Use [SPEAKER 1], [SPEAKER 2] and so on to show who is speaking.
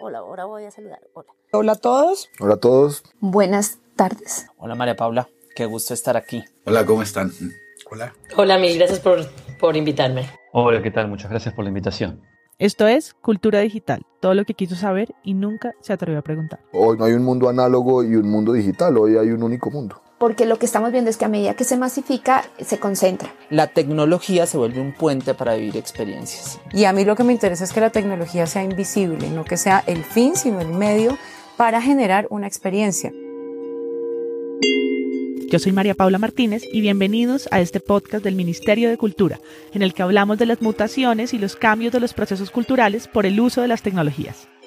[SPEAKER 1] ahora voy a saludar. Hola.
[SPEAKER 2] Hola a todos.
[SPEAKER 3] Hola a todos.
[SPEAKER 4] Buenas tardes.
[SPEAKER 5] Hola María Paula, qué gusto estar aquí.
[SPEAKER 3] Hola, ¿cómo están? Hola.
[SPEAKER 6] Hola, mil gracias por, por invitarme.
[SPEAKER 7] Hola, ¿qué tal? Muchas gracias por la invitación.
[SPEAKER 8] Esto es Cultura Digital, todo lo que quiso saber y nunca se atrevió a preguntar.
[SPEAKER 3] Hoy no hay un mundo análogo y un mundo digital, hoy hay un único mundo.
[SPEAKER 4] Porque lo que estamos viendo es que a medida que se masifica, se concentra.
[SPEAKER 5] La tecnología se vuelve un puente para vivir experiencias.
[SPEAKER 9] Y a mí lo que me interesa es que la tecnología sea invisible, no que sea el fin, sino el medio para generar una experiencia.
[SPEAKER 8] Yo soy María Paula Martínez y bienvenidos a este podcast del Ministerio de Cultura, en el que hablamos de las mutaciones y los cambios de los procesos culturales por el uso de las tecnologías.